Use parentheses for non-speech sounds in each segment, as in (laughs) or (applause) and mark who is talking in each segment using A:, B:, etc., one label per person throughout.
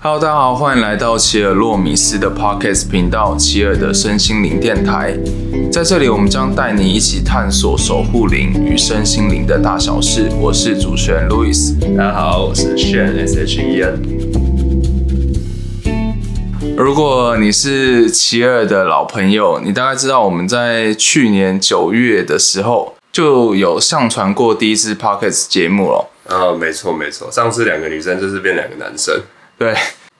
A: Hello，大家好，欢迎来到奇尔洛米斯的 Podcast 频道，奇尔的身心灵电台。在这里，我们将带你一起探索守护灵与身心灵的大小事。我是主持人 Louis。
B: 大家好，我是 Shen S H E N。
A: 如果你是奇尔的老朋友，你大概知道我们在去年九月的时候就有上传过第一支 Podcast 节目了。
B: 啊，没错没错，上次两个女生就是变两个男生，
A: 对，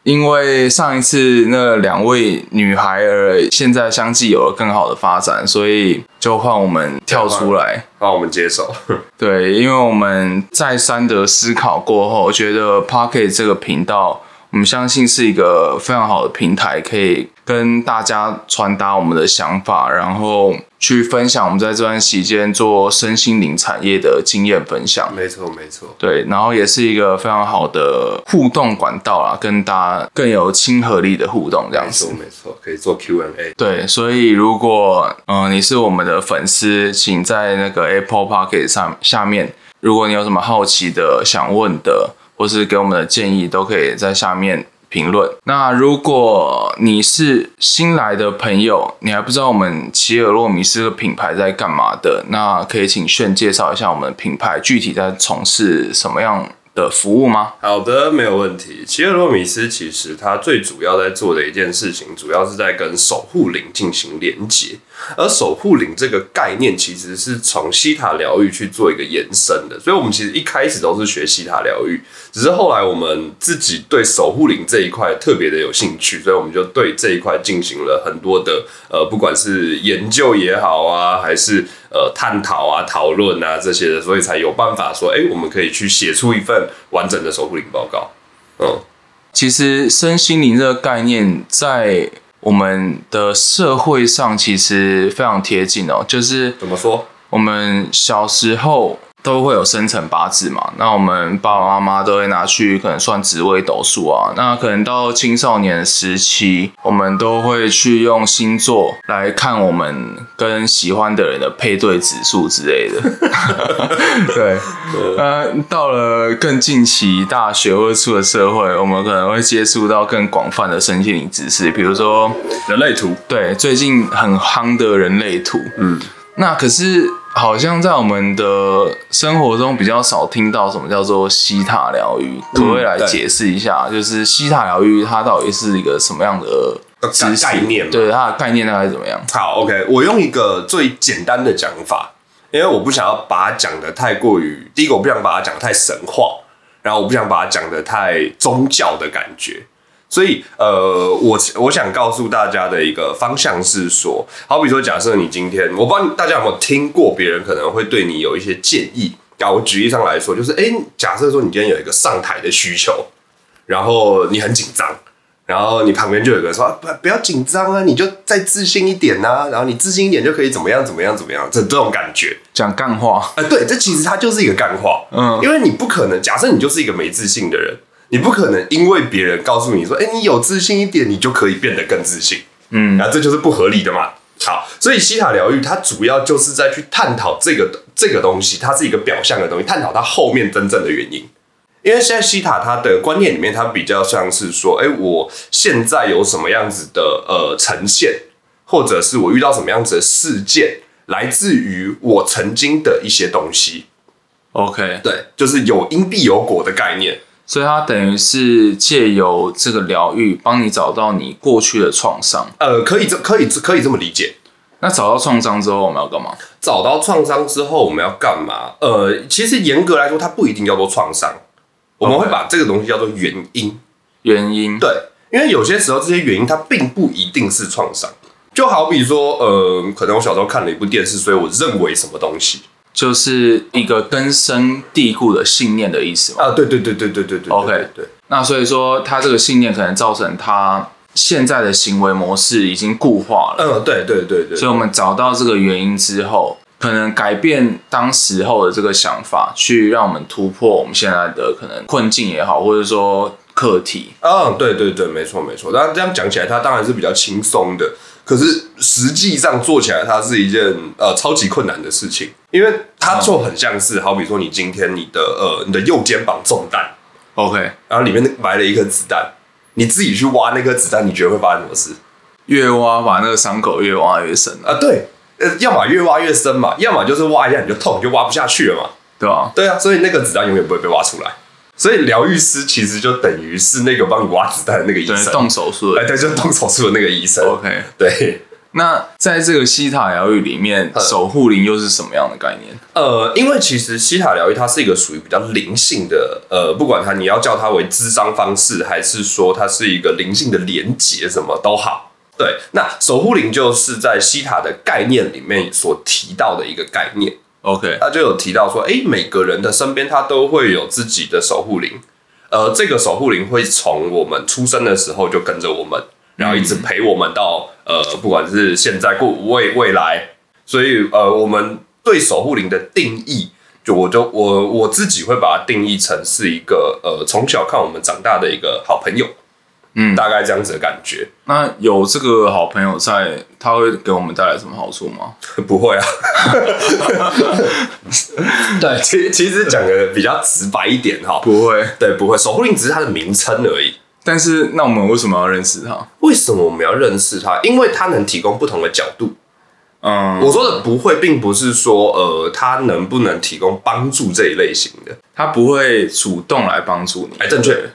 A: 因为上一次那两位女孩儿现在相继有了更好的发展，所以就换我们跳出来。
B: 帮我们接手。 (laughs)
A: 对，因为我们再三的思考过后，觉得 Pocket 这个频道，我们相信是一个非常好的平台，可以跟大家传达我们的想法，然后去分享我们在这段期间做身心灵产业的经验分享。
B: 没错没错，
A: 对，然后也是一个非常好的互动管道啦，跟大家更有亲和力的互动这样
B: 没
A: 子
B: 错。没错，可以做 Q&A。
A: 对，所以如果嗯、呃你是我们的粉丝，请在那个 Apple Pocket 上下面，如果你有什么好奇的、想问的，或是给我们的建议，都可以在下面评论。那如果你是新来的朋友，你还不知道我们奇尔洛米斯的品牌在干嘛的，那可以请炫介绍一下我们品牌具体在从事什么样的服务吗？
B: 好的，没有问题。奇尔洛米斯其实它最主要在做的一件事情，主要是在跟守护灵进行连接。而守护灵这个概念其实是从西塔疗愈去做一个延伸的，所以我们其实一开始都是学西塔疗愈，只是后来我们自己对守护灵这一块特别的有兴趣，所以我们就对这一块进行了很多的呃，不管是研究也好啊，还是呃探讨啊、讨论啊这些的，所以才有办法说，哎、我们可以去写出一份完整的守护灵报告。嗯，
A: 其实身心灵这个概念在我们的社会上其实非常贴近哦，就是
B: 怎么说？
A: 我们小时候都会有生辰八字嘛，那我们爸爸妈妈都会拿去可能算紫微斗数啊，那可能到青少年时期，我们都会去用星座来看我们跟喜欢的人的配对指数之类的。对，呃，到了更近期大学或者出了社会，我们可能会接触到更广泛的身心灵知识，比如说
B: 人类图
A: 对，最近很夯的人类图，
B: 嗯，
A: 那可是好像在我们的生活中比较少听到什么叫做西塔疗愈，可不可以来
B: 嗯对
A: 解释一下？就是西塔疗愈它到底是一个什么样的
B: 概
A: 知识
B: 概念嘛
A: 对，它的概念大概怎么样？
B: 好，OK，我用一个最简单的讲法，因为我不想要把它讲的太过于，第一个我不想把它讲得太神话，然后我不想把它讲的太宗教的感觉。所以，呃，我我想告诉大家的一个方向是说，好比说，假设你今天，我不知道大家有没有听过别人可能会对你有一些建议。啊，我举例上来说，就是，诶，假设说你今天有一个上台的需求，然后你很紧张，然后你旁边就有个人说、啊、不不要紧张啊，你就再自信一点呐、然后你自信一点就可以怎么样怎么样怎么样，这这种感觉
A: 讲干话，
B: 啊、对，这其实它就是一个干话，
A: 嗯
B: 因为你不可能，假设你就是一个没自信的人，你不可能因为别人告诉你说，哎、你有自信一点，你就可以变得更自信，
A: 嗯
B: 然后这就是不合理的嘛。好，所以西塔疗愈它主要就是在去探讨这个这个东西，它是一个表象的东西，探讨它后面真正的原因。因为现在西塔它的观念里面，它比较像是说，哎、我现在有什么样子的呃呈现，或者是我遇到什么样子的事件，来自于我曾经的一些东西。
A: ，OK，
B: 对，就是有因必有果的概念。
A: 所以它等于是借由这个疗愈，帮你找到你过去的创伤。
B: 呃，可以这可以可以这么理解。
A: 那找到创伤之后，我们要干嘛？
B: 找到创伤之后，我们要干嘛？呃，其实严格来说，它不一定叫做创伤，我们会
A: OK
B: 把这个东西叫做原因。
A: 原因，
B: 对，因为有些时候这些原因它并不一定是创伤，就好比说，呃，可能我小时候看了一部电视，所以我认为什么东西
A: 就是一个根深蒂固的信念的意思嘛。
B: 啊？对对对对对对对
A: OK
B: 对对，
A: 那所以说，他这个信念可能造成他现在的行为模式已经固化了。
B: 嗯，对对对对
A: 所以，我们找到这个原因之后，可能改变当时候的这个想法，去让我们突破我们现在的可能困境也好，或者说课题。
B: 嗯，对对对，没错没错。当然这样讲起来，它当然是比较轻松的，可是实际上做起来，它是一件呃超级困难的事情，因为它就很像是，好比说你今天你的呃你的右肩膀中弹，
A: OK，
B: 然后里面埋了一颗子弹，你自己去挖那颗子弹，你觉得会发生什么事
A: 越挖把那个伤口越挖越深啊，
B: 啊？对，呃，要么越挖越深嘛，要么就是挖一下你就痛，你就挖不下去了嘛。
A: 对吧、
B: 对啊，所以那个子弹永远不会被挖出来。所以疗愈师其实就等于是那个帮你挖子弹的那个医
A: 对，
B: 生，
A: 动哦手术
B: 哎，
A: 的。
B: 对，就是动手术的那个医生。
A: OK，
B: 对，
A: 那在这个西塔疗愈里面，守护灵又是什么样的概念？
B: 呃，因为其实西塔疗愈它是一个属于比较灵性的，呃，不管它你要叫它为智商方式，还是说它是一个灵性的连结，什么都好。对，那守护灵就是在西塔的概念里面所提到的一个概念。
A: OK，
B: 他就有提到说，诶，每个人的身边他都会有自己的守护灵，呃，这个守护灵会从我们出生的时候就跟着我们，然后一直陪我们到呃，不管是现在过未未来，所以呃，我们对守护灵的定义，就我就我我自己会把它定义成是一个呃，从小看我们长大的一个好朋友，
A: 嗯
B: 大概这样子的感觉。 (laughs)
A: 那有这个好朋友在，他会给我们带来什么好处吗？
B: 不会啊，对， (laughs) 其实其实讲的比较直白一点哈，
A: 不会。
B: 对，不会，守护灵只是它的名称而已。
A: 但是那我们为什么要认识他？
B: 为什么我们要认识它？因为它能提供不同的角度。
A: 嗯，
B: 我说的不会，并不是说呃，它能不能提供帮助这一类型的。
A: 他不会主动来帮助你
B: 哎，，正确，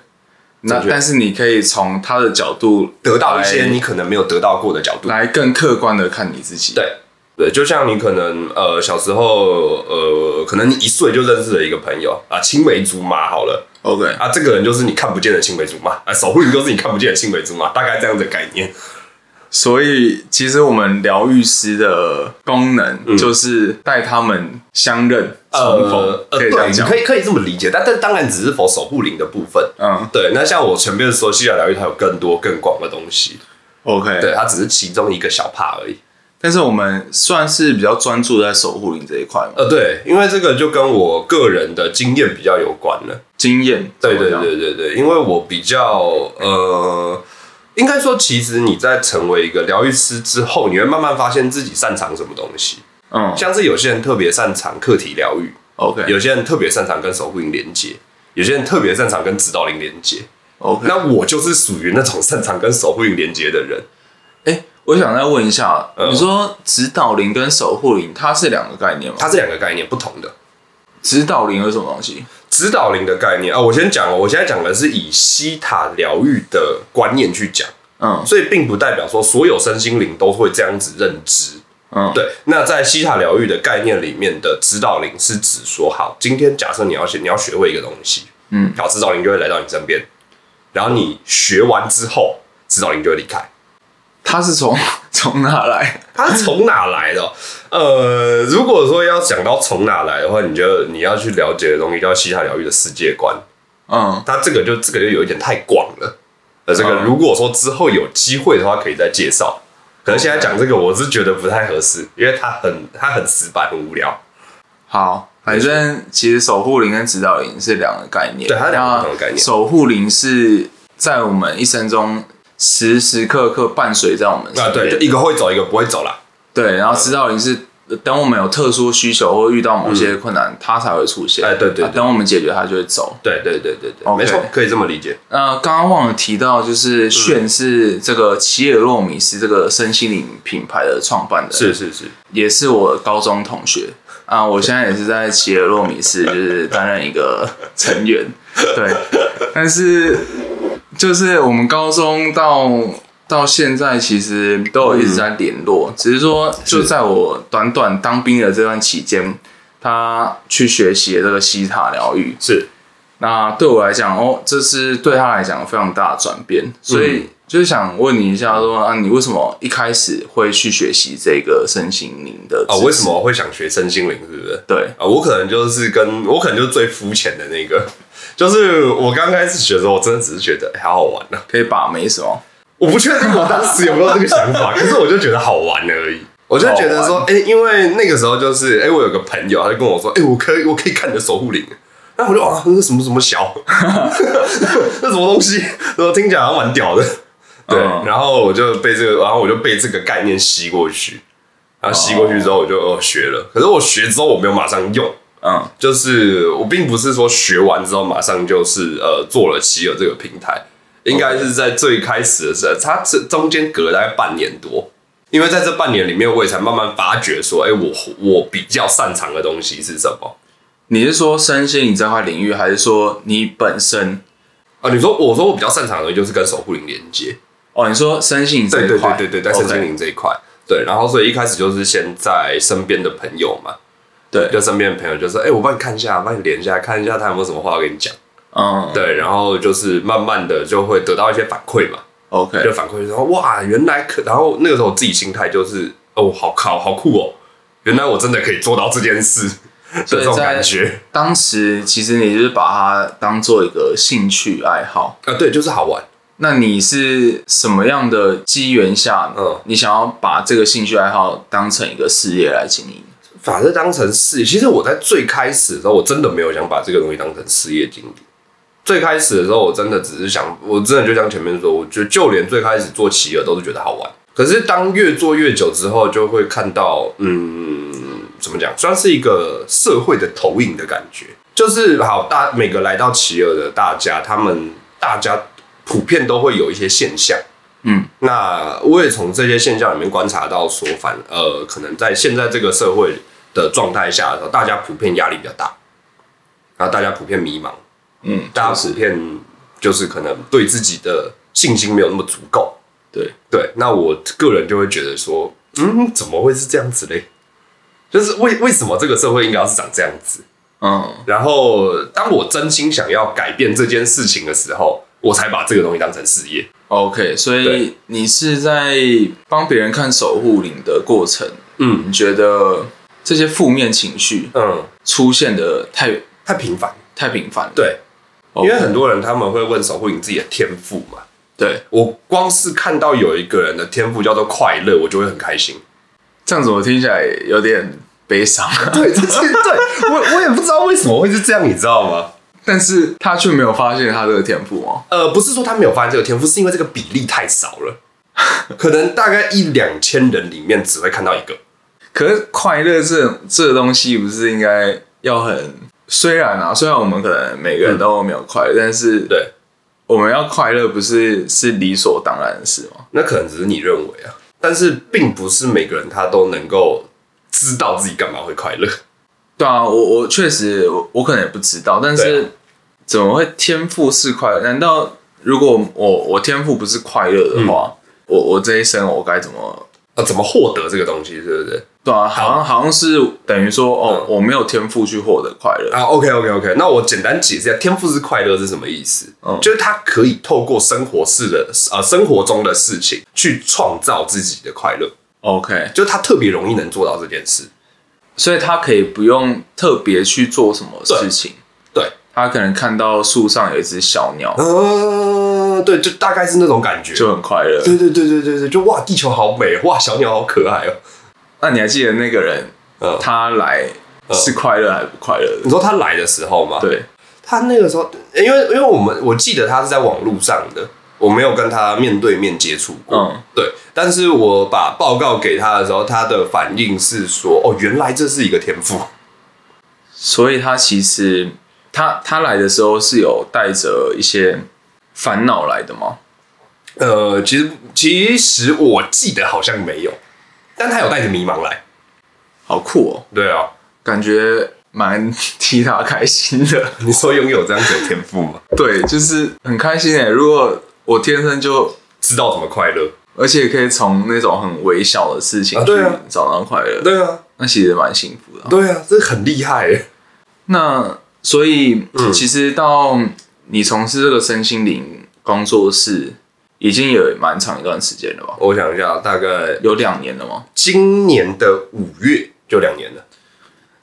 A: 那
B: 正确
A: 但是你可以从他的角度
B: 得到一些
A: 来
B: 你可能没有得到过的角度。
A: 来更客观的看你自己。
B: 对对，就像你可能呃小时候呃，可能你一岁就认识了一个朋友啊，青梅竹马好了
A: ，OK，
B: 啊，这个人就是你看不见的青梅竹马啊，守护灵就是你看不见的青梅竹马，大概这样的概念。
A: 所以其实我们疗愈师的功能就是带他们相认、重逢，
B: 嗯呃，
A: 可以这
B: 对，
A: 样
B: 你
A: 讲
B: 可。以可以这么理解，但但当然只是否守护灵的部分。
A: 嗯
B: 对，那像我前面说，西雅疗愈它有更多更广的东西，
A: ，OK，
B: 对，啊它只是其中一个小 part 而已。
A: 但是我们算是比较专注在守护灵这一块嘛，
B: 呃，对，因为这个就跟我个人的经验比较有关了。
A: 经验。
B: 对对
A: 怎么讲，
B: 对对对，因为我比较呃，应该说，其实你在成为一个疗愈师之后，你会慢慢发现自己擅长什么东西。
A: 嗯
B: 像是有些人特别擅长课题疗愈，有些人特别擅长跟守护灵连接，有些人特别擅长跟指导灵连接。
A: ，OK，OK。
B: 那我就是属于那种擅长跟守护灵连接的人。
A: 哎，我想再问一下，
B: 嗯
A: 你说指导灵跟守护灵，它是两个概念吗？
B: 它是两个概念不同的。
A: 指导灵有什么东西？
B: 指导灵的概念啊、我先讲哦，我现在讲的是以西塔疗愈的观念去讲，
A: 嗯
B: 所以并不代表说所有身心灵都会这样子认知。
A: 嗯，
B: 对，那在西塔疗愈的概念里面的指导灵是指说，好，今天假设你要学，你要学会一个东西，
A: 嗯，
B: 好，指导灵就会来到你身边，然后你学完之后，指导灵就会离开。
A: 它是从 (laughs) 从哪来？
B: 它是从哪来的？呃，如果说要讲到从哪来的话，你就你要去了解的东西叫西塔疗愈的世界观。
A: 嗯
B: 它这个就这个就有一点太广了。呃，这个
A: 嗯
B: 如果说之后有机会的话，可以再介绍。可是现在讲这个，我是觉得不太合适，因为它很它很死板，很无聊。
A: 好，反正其实守护灵跟指导灵是两个概念，
B: 对它是两个不同的概念
A: 那守护灵是在我们一生中时时刻刻伴随在我们
B: 啊，
A: 身
B: 对，
A: 边
B: 就，一个会走，一个不会走啦。
A: 对，然后指导灵是。呃等我们有特殊需求或遇到某些困难，它才会出现。
B: 哎对对
A: 啊
B: 对
A: 等我们解决，它就会走。
B: 对对对对对
A: OK
B: 没错，可以这么理解。
A: 那刚刚忘了提到，
B: 嗯
A: 就是炫是这个奇尔洛米斯这个身心灵品牌的创办人，
B: 是是是，
A: 也是我高中同学啊，我现在也是在奇尔洛米
B: (laughs)
A: 斯，就是担任一个成员，对，但是就是我们高中到到现在其实都有一直在联络，
B: 嗯
A: 只是说就在我短短当兵的这段期间，他去学习了这个西塔疗愈，
B: 是
A: 那对我来讲，哦，这是对他来讲非常大的转变，所
B: 嗯
A: 以就是想问你一下说，啊，你为什么一开始会去学习这个身心灵的
B: 啊、
A: 知识
B: 为什？么会想学身心灵？是不是？
A: 对，
B: 啊，我可能就是跟我可能就是最肤浅的那个，就是我刚开始学的时候，我真的只是觉得、哎好好玩啊。
A: 可以把没什么，
B: 我不确定我当时有没有这个想法，可是我就觉得好玩而已。我就觉得说，哎、因为那个时候就是，哎、我有个朋友，他就跟我说，哎、我可以，我可以看你的守护灵。那我就啊，那什么什么小， (laughs) 那什么东西，然后听起来好像蛮屌的。对，
A: 嗯
B: 然后我就被这个，然后我就被这个概念吸过去，然后吸过去之后，我就哦学了。可是我学之后，我没有马上用，
A: 嗯
B: 就是我并不是说学完之后马上就是呃做了奇尔这个平台，应该是在最开始的时候，它这中间隔了大概半年多，因为在这半年里面，我也才慢慢发觉说，哎、我我比较擅长的东西是什么
A: 你是说身心灵这块领域，还是说你本身？
B: 啊？你说，我说我比较擅长的东西就是跟守护灵连接，
A: 哦，你说身心灵这
B: 对对
A: 一块，
B: 对对对，在身心
A: OK，
B: 灵这一块对，然后所以一开始就是先在身边的朋友嘛，就
A: 对，
B: 身边的朋友就说，哎、我帮你看一下，帮你连一下，看一下他有没有什么话要跟你讲，
A: 嗯，
B: 对，然后就是慢慢的就会得到一些反馈嘛，就
A: ，OK，
B: 反馈说哇，原来可，然后那个时候我自己心态就是哦，好靠，好酷哦，原来我真的可以做到这件事的
A: 所以
B: 这种
A: 在
B: 感觉
A: 当时其实你就是把它当做一个兴趣爱好。
B: 啊，对，就是好玩。
A: 那你是什么样的机缘下，
B: 嗯
A: 你想要把这个兴趣爱好当成一个事业来经营？
B: 把这当成事业，其实我在最开始的时候，我真的没有想把这个东西当成事业经营。最开始的时候，我真的只是想，我真的就像前面说，我觉得就连最开始做企鹅都是觉得好玩。可是当越做越久之后，就会看到，嗯，怎么讲，算是一个社会的投影的感觉。就是好大每个来到企鹅的大家，他们大家普遍都会有一些现象。那我也从这些现象里面观察到说反呃，可能在现在这个社会的状态下的时候，大家普遍压力比较大，然后大家普遍迷茫，
A: 嗯，
B: 大家
A: 确实
B: 普遍就是可能对自己的信心没有那么足够。
A: 对，
B: 对，那我个人就会觉得说，嗯，怎么会是这样子嘞？就是为为什么这个社会应该要是长这样子？
A: 嗯，
B: 然后当我真心想要改变这件事情的时候，我才把这个东西当成事业。
A: OK，所以
B: 对
A: 你是在帮别人看守护灵的过程，
B: 嗯
A: 你觉得这些负面情绪
B: 嗯，
A: 出现的太
B: 太频繁了。
A: 太频繁了？哦
B: 对，
A: OK，
B: 因为很多人他们会问守护你自己的天赋嘛。
A: 对，
B: 我光是看到有一个人的天赋叫做快乐，我就会很开心。
A: 这样子我听起来有点悲伤， (laughs)
B: 对，这是对我我也不知道为什么会是这样，你知道吗？
A: 但是他却没有发现他这个天赋哦。
B: 呃，不是说他没有发现这个天赋，是因为这个比例太少了， (laughs) 可能大概一两千人里面只会看到一个。
A: 可是快乐这这东西不是应该要很？虽然啊，虽然我们可能每个人都没有快乐，但是
B: 对，
A: 我们要快乐不是是理所当然的事吗？
B: 那可能只是你认为啊，但是并不是每个人他都能够知道自己干嘛会快乐。 (laughs)
A: 对啊，我我确实我我可能也不知道，但
B: 对
A: 是
B: 啊
A: 怎么会天赋是快乐？难道如果我我天赋不是快乐的
B: 嗯
A: 话，我我这一生我该怎么？
B: 啊，怎么获得这个东西，对不对？
A: 对啊，好像好像是等于说哦，我没有天赋去获得快乐。
B: 嗯啊，OK OK OK，那我简单解释一下，天赋是快乐是什么意思？
A: 嗯
B: 就是他可以透过生活式的呃生活中的事情去创造自己的快乐，
A: OK，
B: 就是他特别容易能做到这件事。
A: 所以他可以不用特别去做什么事情。
B: 对，
A: 他可能看到树上有一只小鸟，
B: 嗯、对，就大概是那种感觉。
A: 就很快乐。
B: 对对对对对对，就哇，地球好美，哇，小鸟好可爱哦。
A: 那你还记得那个人，
B: 嗯，
A: 他来是快乐还是不快乐
B: 你
A: 的？
B: 说他来的时候嘛，，
A: 对，
B: 他那个时候，因为因为我们我记得他是在网络上的，我没有跟他面对面接触过。
A: 嗯
B: 对，但是我把报告给他的时候，他的反应是说：“哦，原来这是一个天赋。
A: 所以他其实他他来的时候是有带着一些烦恼来的吗？”
B: 呃，其实其实我记得好像没有，但他有带着迷茫来。
A: 好酷哦，
B: 对啊， (laughs)
A: 感觉蛮 (laughs) 替他开心的。
B: 你说拥有这样子的天赋吗？
A: 对，就是很开心诶。如果我天生就，
B: 知道怎么快乐？
A: 而且可以从那种很微小的事情
B: 啊
A: 去
B: 对啊
A: 找到快乐，
B: 对啊，
A: 那其实蛮幸福的啊。
B: 对啊，这很厉害耶。
A: 那所以、
B: 嗯
A: 其实到你从事这个身心灵工作室，已经有蛮长一段时间了吧？
B: 我想一下，大概
A: 有两年了吗？
B: 今年的五月就两年了。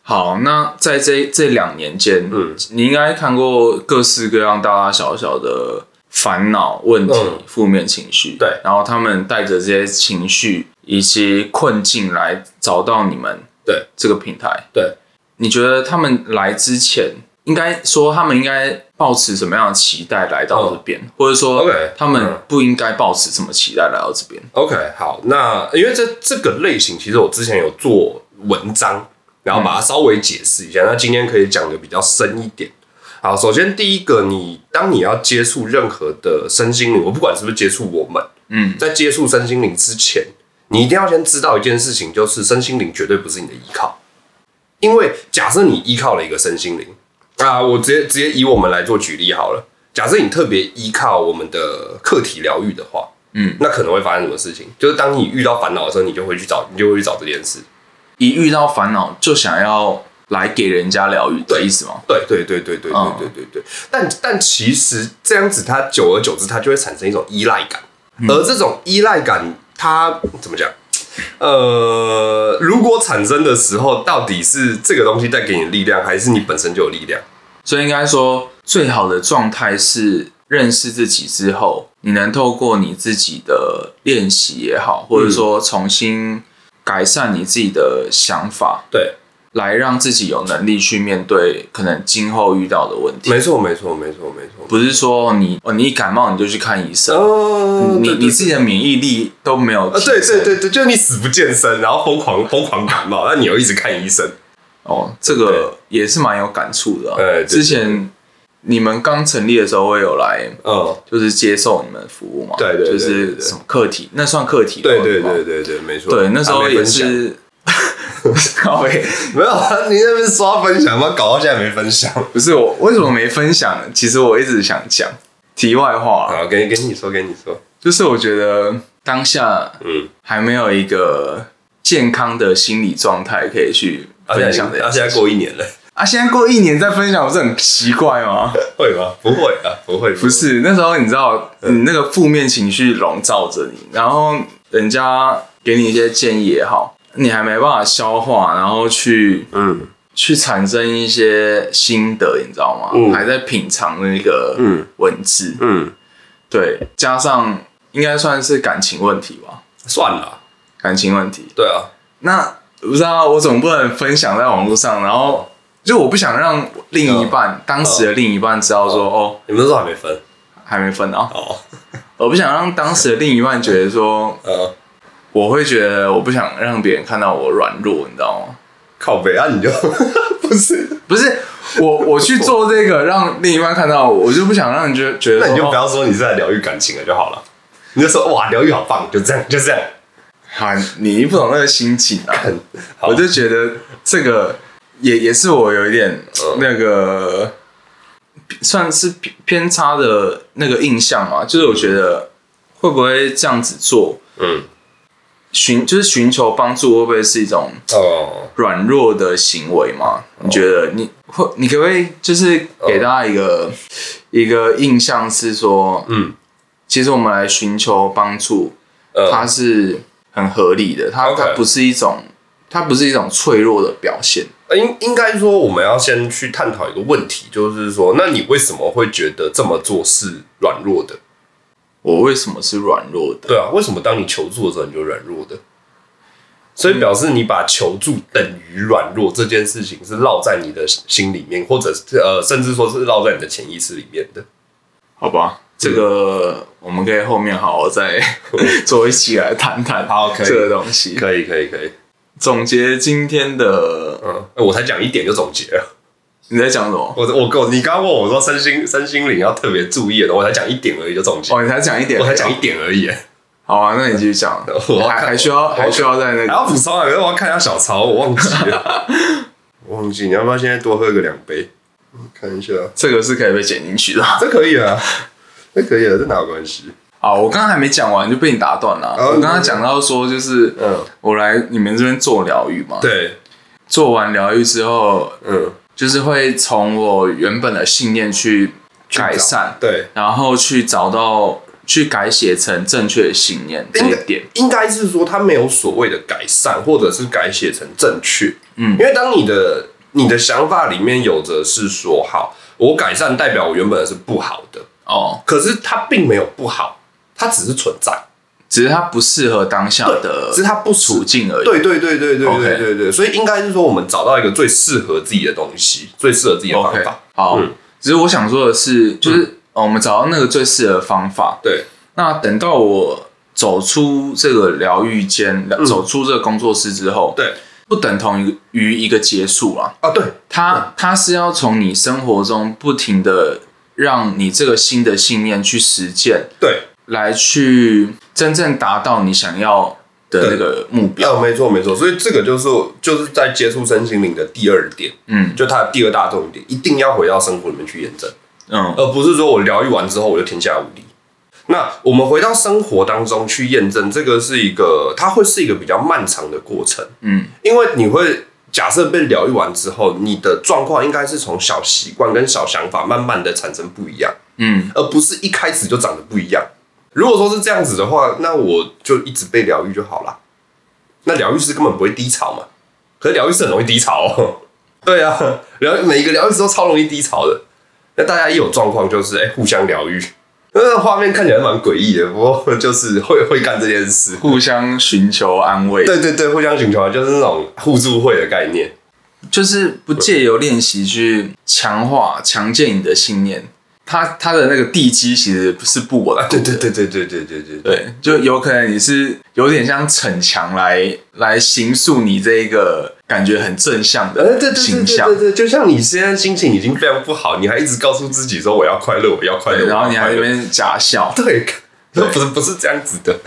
A: 好，那在这这两年间，
B: 嗯
A: 你应该看过各式各样大大小小的烦恼、问题
B: 嗯、
A: 负、面情绪，
B: 对
A: 然后他们带着这些情绪以及困境来找到你们
B: 对
A: 这个平台。
B: 对，
A: 你觉得他们来之前，应该说他们应该抱持什么样的期待来到这边，或者说
B: 嗯 OK，
A: 他们
B: 嗯
A: 不应该抱持什么期待来到这边？
B: OK，好，那因为这这个类型，其实我之前有做文章，然后把它稍微解释一下。那今天可以讲的比较深一点。好，首先第一个，你当你要接触任何的身心灵，我不管是不是接触我们，
A: 嗯，
B: 在接触身心灵之前，你一定要先知道一件事情，就是身心灵绝对不是你的依靠。因为假设你依靠了一个身心灵啊，我直接直接以我们来做举例好了。假设你特别依靠我们的课题疗愈的话，
A: 嗯，
B: 那可能会发生什么事情？就是当你遇到烦恼的时候，你就会去找，你就会去找这件事。
A: 一遇到烦恼就想要来给人家疗愈的意思吗？
B: 对对对对对对
A: 嗯
B: 对对对。但但其实这样子，它久而久之，它就会产生一种依赖感，而这种依赖感，它怎么讲？呃，如果产生的时候，到底是这个东西带给你力量，还是你本身就有力量？
A: 所以应该说，最好的状态是认识自己之后，你能透过你自己的练习也好，或者
B: 嗯
A: 说重新改善你自己的想法，
B: 对，
A: 来让自己有能力去面对可能今后遇到的问题。
B: 没错，没错，没错，没错。
A: 不是说你哦，你一感冒你就去看医生，
B: 哦，
A: 你
B: 对
A: 你自己的免疫力都没有
B: 啊，
A: 提升、
B: 对对对对，就是你死不健身，然后疯狂疯狂感冒，那你又一直看医生。
A: 哦，这个也是蛮有感触的啊、
B: 哎对对
A: 之前你们刚成立的时候会有来，
B: 嗯，
A: 就是接受你们的服务嘛？
B: 对对
A: 就
B: 对对对
A: 是什么课题，那算课题吗
B: 对对对对对，没错。
A: 对，那时
B: 还
A: 候
B: 没
A: 也
B: 分享
A: 是。 (laughs) 靠北
B: 没有啊，你那边刷分享吗？搞到现在没分享。
A: 不是我为什么没分享呢？其实我一直想讲。题外话，
B: (laughs)
A: 啊
B: 好，给给你说，给你说。
A: 就是我觉得当下
B: 嗯，
A: 还没有一个健康的心理状态可以去
B: 而且
A: 分
B: 已经
A: 享的
B: 啊，现在过一年了， (laughs)
A: 啊，现在过一年再分享，不是很奇怪吗？
B: 会吗？不会啊，不会，
A: 不是那时候，你知道，你那个负面情绪笼罩着你，然后人家给你一些建议也好，你还没办法消化，然后去
B: 嗯
A: 去产生一些心得，你知道吗？
B: 嗯
A: 还在品尝那个
B: 嗯
A: 文字，
B: 嗯，
A: 对，加上应该算是感情问题吧，
B: 算了，
A: 感情问题。
B: 对啊，
A: 那不知道，我总不能分享在网络上，然后就我不想让另一
B: 嗯
A: 半、当时的另一半知道说，哦，
B: 你们说还没分
A: 还没分啊，
B: 哦，
A: 我不想让当时的另一半觉得说，
B: 呃，
A: 我会觉得我不想让别人看到我软弱，你知道吗？
B: 靠北啊，你就 (laughs) 不是，
A: 不是我我去做这个，让另一半看到我，我就不想让人觉得觉得
B: 那
A: 说
B: 你就不
A: 哦
B: 要说你是在疗愈感情了就好了，你就说哇，疗愈好棒，就这样，就这样，
A: 啊，你不懂那个心情啊，
B: 很 (laughs) 好
A: 我就觉得这个也也是我有一点
B: 嗯
A: 那个、算是偏偏差的那个印象嘛，就是我觉得会不会这样子做
B: 嗯
A: 寻就是寻求帮助，会不会是一种
B: 哦，
A: 软弱的行为嘛？你觉得你会你可不可以就是给大家一个、一个印象是说，
B: 哦嗯，
A: 其实我们来寻求帮助，
B: 呃
A: 它是很合理的，它
B: OK
A: 它不是一种它不是一种脆弱的表现。
B: 呃应应该说，我们要先去探讨一个问题，就是说，那你为什么会觉得这么做是软弱的？
A: 我为什么是软弱的？
B: 对啊，为什么当你求助的时候你就软弱的？所以表示你把求助等于软弱这件事情是烙在你的心里面，或者是呃，甚至说是烙在你的潜意识里面的。
A: 好
B: 嗯
A: 吧，这个我们可以后面好好再 (laughs) 做一期来谈谈。
B: 嗯好可以
A: 这个东西。
B: 可以，可以，可以。
A: 总结今天的，
B: 嗯，哎我才讲一点就总结了。
A: 你在讲什么？
B: 我我我，你刚刚问我说身心身心灵要特别注意的，我才讲一点而已就总结，
A: 哦，你才讲一点，
B: 我才讲一点而已。
A: 好啊，那你继续讲
B: (laughs) 我，
A: 还还需要还需要在那个
B: 还要补充啊，可是我要看一下小抄，我忘记了，我 (laughs) 忘记。你要不要现在多喝个两杯？我看一下，
A: 这个是可以被剪进去的。 (laughs)
B: 这可以啊，这可以啊，这哪有关系？
A: 好，我刚刚还没讲完就被你打断了。
B: 哦
A: 我刚刚讲到说，就是
B: 嗯
A: 我来你们这边做疗愈嘛，
B: 对，
A: 做完疗愈之后，
B: 嗯，
A: 就是会从我原本的信念去改善，
B: 对，
A: 然后去找到去改写成正确的信念这一点。
B: 应该是说它没有所谓的改善，或者是改写成正确。
A: 嗯
B: 因为当你的你的想法里面有着是说，好，我改善代表我原本是不好的，
A: 哦，
B: 可是它并没有不好，它只是存在，
A: 只是它不适合当下的
B: 只是它不处
A: 处境而已。
B: 对对对对对
A: OK
B: 对对对，所以应该是说我们找到一个最适合自己的东西，最适合自己的方
A: OK，
B: 法。
A: 好。
B: 嗯
A: 只是我想说的是，就是、呃我们找到那个最适合的方法，
B: 对，
A: 那等到我走出这个疗愈间，走出这个工作室之后，
B: 嗯对，
A: 不等同于一个结束啊，
B: 啊，对，
A: 它它是要从你生活中不停的让你这个新的信念去实践，
B: 对，
A: 来去真正达到你想要的那个目标。
B: 啊，没错没错，所以这个就是就是在接触身心灵的第二点，
A: 嗯
B: 就它的第二大重点，一定要回到生活里面去验证，
A: 嗯
B: 而不是说我疗愈完之后我就天下无敌。那我们回到生活当中去验证，这个是一个，它会是一个比较漫长的过程，
A: 嗯，
B: 因为你会假设被疗愈完之后，你的状况应该是从小习惯跟小想法慢慢的产生不一样，
A: 嗯
B: 而不是一开始就长得不一样。如果说是这样子的话，那我就一直被疗愈就好啦。那疗愈师根本不会低潮嘛，可是疗愈师很容易低潮、哦。 (laughs) 对啊，疗愈每一个疗愈师都超容易低潮的。那大家一有状况就是哎、互相疗愈。那画面看起来蛮诡异的，不过就是会会干这件事。
A: 互相寻求安慰，
B: 对对对，互相寻求就是那种互助会的概念。
A: 就是不借由练习去强化、强健你的信念。它它的那个地基其实是不稳固的、
B: 对对对对对对对对对。
A: 对，就有可能你是有点像逞强来来形塑你这一个感觉很正向
B: 呃，对对
A: 的
B: 对
A: 形
B: 对
A: 象
B: 对，对，就像你现在心情已经非常不好，你还一直告诉自己说我要快乐，我要快乐，
A: 对然后你还在
B: 没
A: 那边假笑，
B: 对，不是不是这样子的，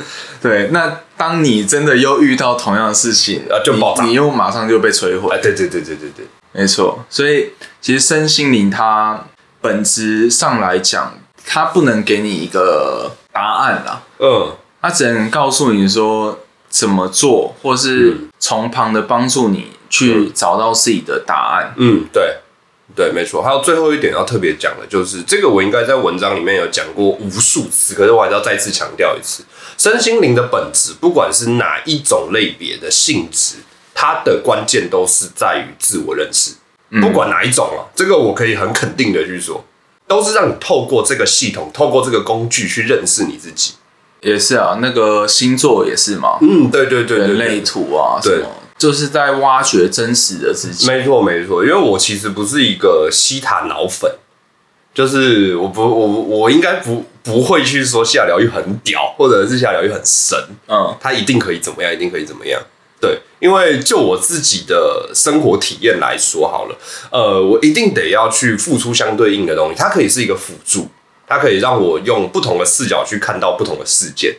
A: 对。那当你真的又遇到同样的事情
B: 啊，就爆炸
A: 你你又马上就被摧毁
B: 啊，，对对对对对对，
A: 没错。所以其实身心灵它本质上来讲，它不能给你一个答案啦，
B: 嗯，
A: 它只能告诉你说怎么做，或是
B: 嗯
A: 从旁的帮助你去找到自己的答案。
B: 嗯，对，对，没错。还有最后一点要特别讲的，就是这个我应该在文章里面有讲过无数次，可是我还是要再次强调一次，身心灵的本质，不管是哪一种类别的性质，它的关键都是在于自我认识，
A: 嗯
B: 不管哪一种啊，这个我可以很肯定的去说，都是让你透过这个系统，透过这个工具去认识你自己。
A: 也是啊，那个星座也是嘛，
B: 嗯，对对对对
A: 人
B: 对
A: 类图啊，什
B: 对
A: 么，就是在挖掘真实的自己。
B: 没错没错，因为我其实不是一个西塔脑粉，就是我不我我应该不不会去说西塔疗愈很屌，或者是西塔疗愈很神，
A: 嗯
B: 它一定可以怎么样，一定可以怎么样。对，因为就我自己的生活体验来说好了，呃，我一定得要去付出相对应的东西，它可以是一个辅助，它可以让我用不同的视角去看到不同的事件。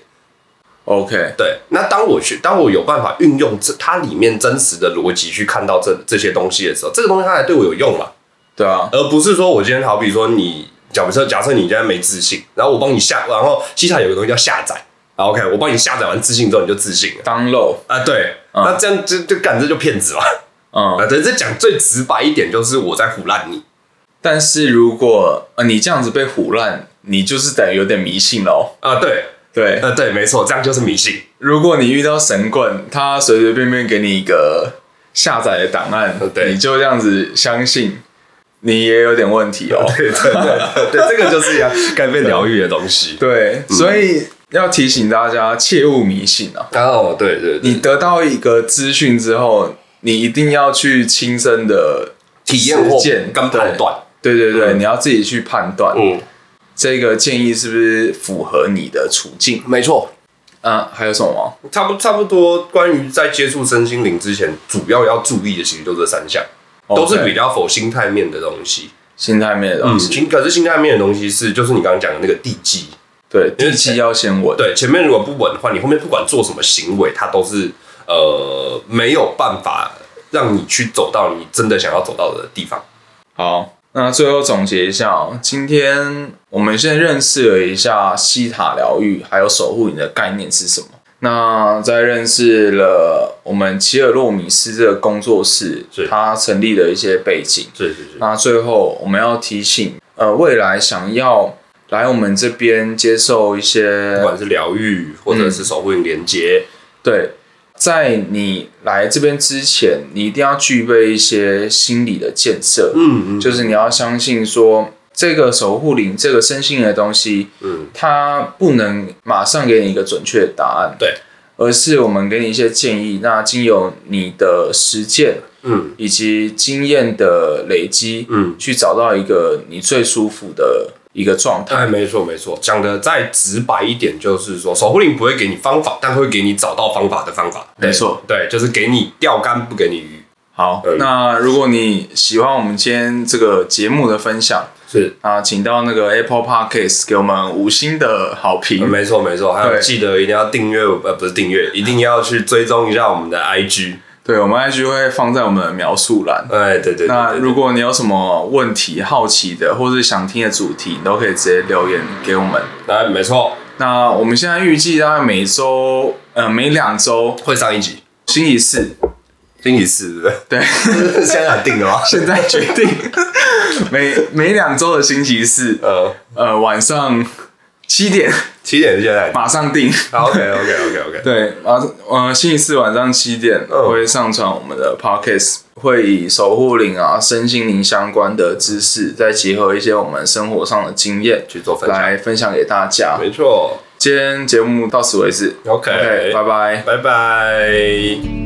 A: ，OK，
B: 对，那当我去，当我有办法运用这它里面真实的逻辑去看到这这些东西的时候，这个东西它才对我有用嘛，
A: 对啊，
B: 而不是说我今天好比说你，假设假设你现在没自信，然后我帮你下，然后西塔有个东西叫下载啊，OK，我帮你下载完自信之后你就自信了
A: 当漏，
B: 啊，对，那这样就就干这就骗子嘛，
A: 嗯
B: 啊，。对，这讲最直白一点就是我在唬烂你，
A: 但是如果呃你这样子被唬烂，你就是等于有点迷信喽。
B: 啊，对，
A: 对，
B: 啊，对，没错，这样就是迷信， (laughs)
A: 如果你遇到神棍，他随随便便给你一个下载的档案
B: 呃，对
A: 你就这样子相信，你也有点问题哦。
B: 对对对对，这个就是要该被疗愈的东西。
A: 对，
B: 嗯
A: 所以要提醒大家切勿迷信啊。
B: 哦，对对对，
A: 你得到一个资讯之后，你一定要去亲身的
B: 体验或
A: 实践
B: 跟判断，
A: 对对对，
B: 嗯
A: 你要自己去判断、
B: 嗯，
A: 这个建议是不是符合你的处境。
B: 没错，
A: 啊，还有什么？
B: 差不差不多。关于在接触身心灵之前，主要要注意的其实就这三项，都是
A: OK，
B: 比较否心态面的东西。
A: 哦心态面的东
B: 嗯，
A: 西。
B: 心可是心态面的东西是，就是你刚刚讲的那个地基。
A: 对，
B: 因为
A: 地基要先稳。
B: 对，前面如果不稳的话，你后面不管做什么行为，它都是呃没有办法让你去走到你真的想要走到的地方。
A: 好，那最后总结一下、哦，今天我们先认识了一下西塔疗愈，还有守护你的概念是什么。那在认识了我们奇尔洛米斯这个工作室
B: 是，
A: 它成立的一些背景。
B: 是是是，
A: 那最后我们要提醒，呃，未来想要来我们这边接受一些
B: 不管是疗愈或者是守护灵连接，
A: 对，在你来这边之前，你一定要具备一些心理的建设，
B: 嗯嗯
A: 就是你要相信说，这个守护灵这个身心灵的东西，
B: 嗯，
A: 它不能马上给你一个准确的答案，
B: 对，
A: 而是我们给你一些建议，那经由你的实践
B: 嗯
A: 以及经验的累积，
B: 嗯
A: 去找到一个你最舒服的一个状态。
B: 哎，没错没错，讲的再直白一点，就是说守护灵不会给你方法，但会给你找到方法的方法。对
A: 没错，
B: 对，就是给你钓竿，不给你鱼。
A: 好
B: 嗯，
A: 那如果你喜欢我们今天这个节目的分享
B: 是，
A: 啊，请到那个 Apple Podcast 给我们五星的好评。
B: 嗯没错没错，还有
A: 对
B: 记得一定要订阅，呃，不是订阅，一定要去追踪一下我们的 IG。
A: 对，我们 IG 会放在我们的描述栏。
B: 哎，对对对
A: 那
B: 对对，
A: 如果你有什么问题、好奇的，或是想听的主题，你都可以直接留言给我们。
B: 哎，没错，
A: 那我们现在预计大概每周，呃，每两周，
B: 会上一集，
A: 星期四，
B: 星期四，对不对？ (laughs)
A: 对，
B: 现在定了吗？
A: (laughs) 现在决定，每每两周的星期四，
B: 呃，
A: 呃，晚上七点
B: 七点
A: (laughs)
B: 现在。
A: 马上定。
B: OK OK OK OK。
A: 对，然后呃，星期四晚上七点
B: 嗯
A: 会上传我们的 podcast，会以守护灵啊、身心灵相关的知识，再结合一些我们生活上的经验
B: 去做分享
A: 来分享给大家。
B: 没错
A: 今天节目到此为止
B: OK
A: ，OK，拜拜。
B: 拜拜。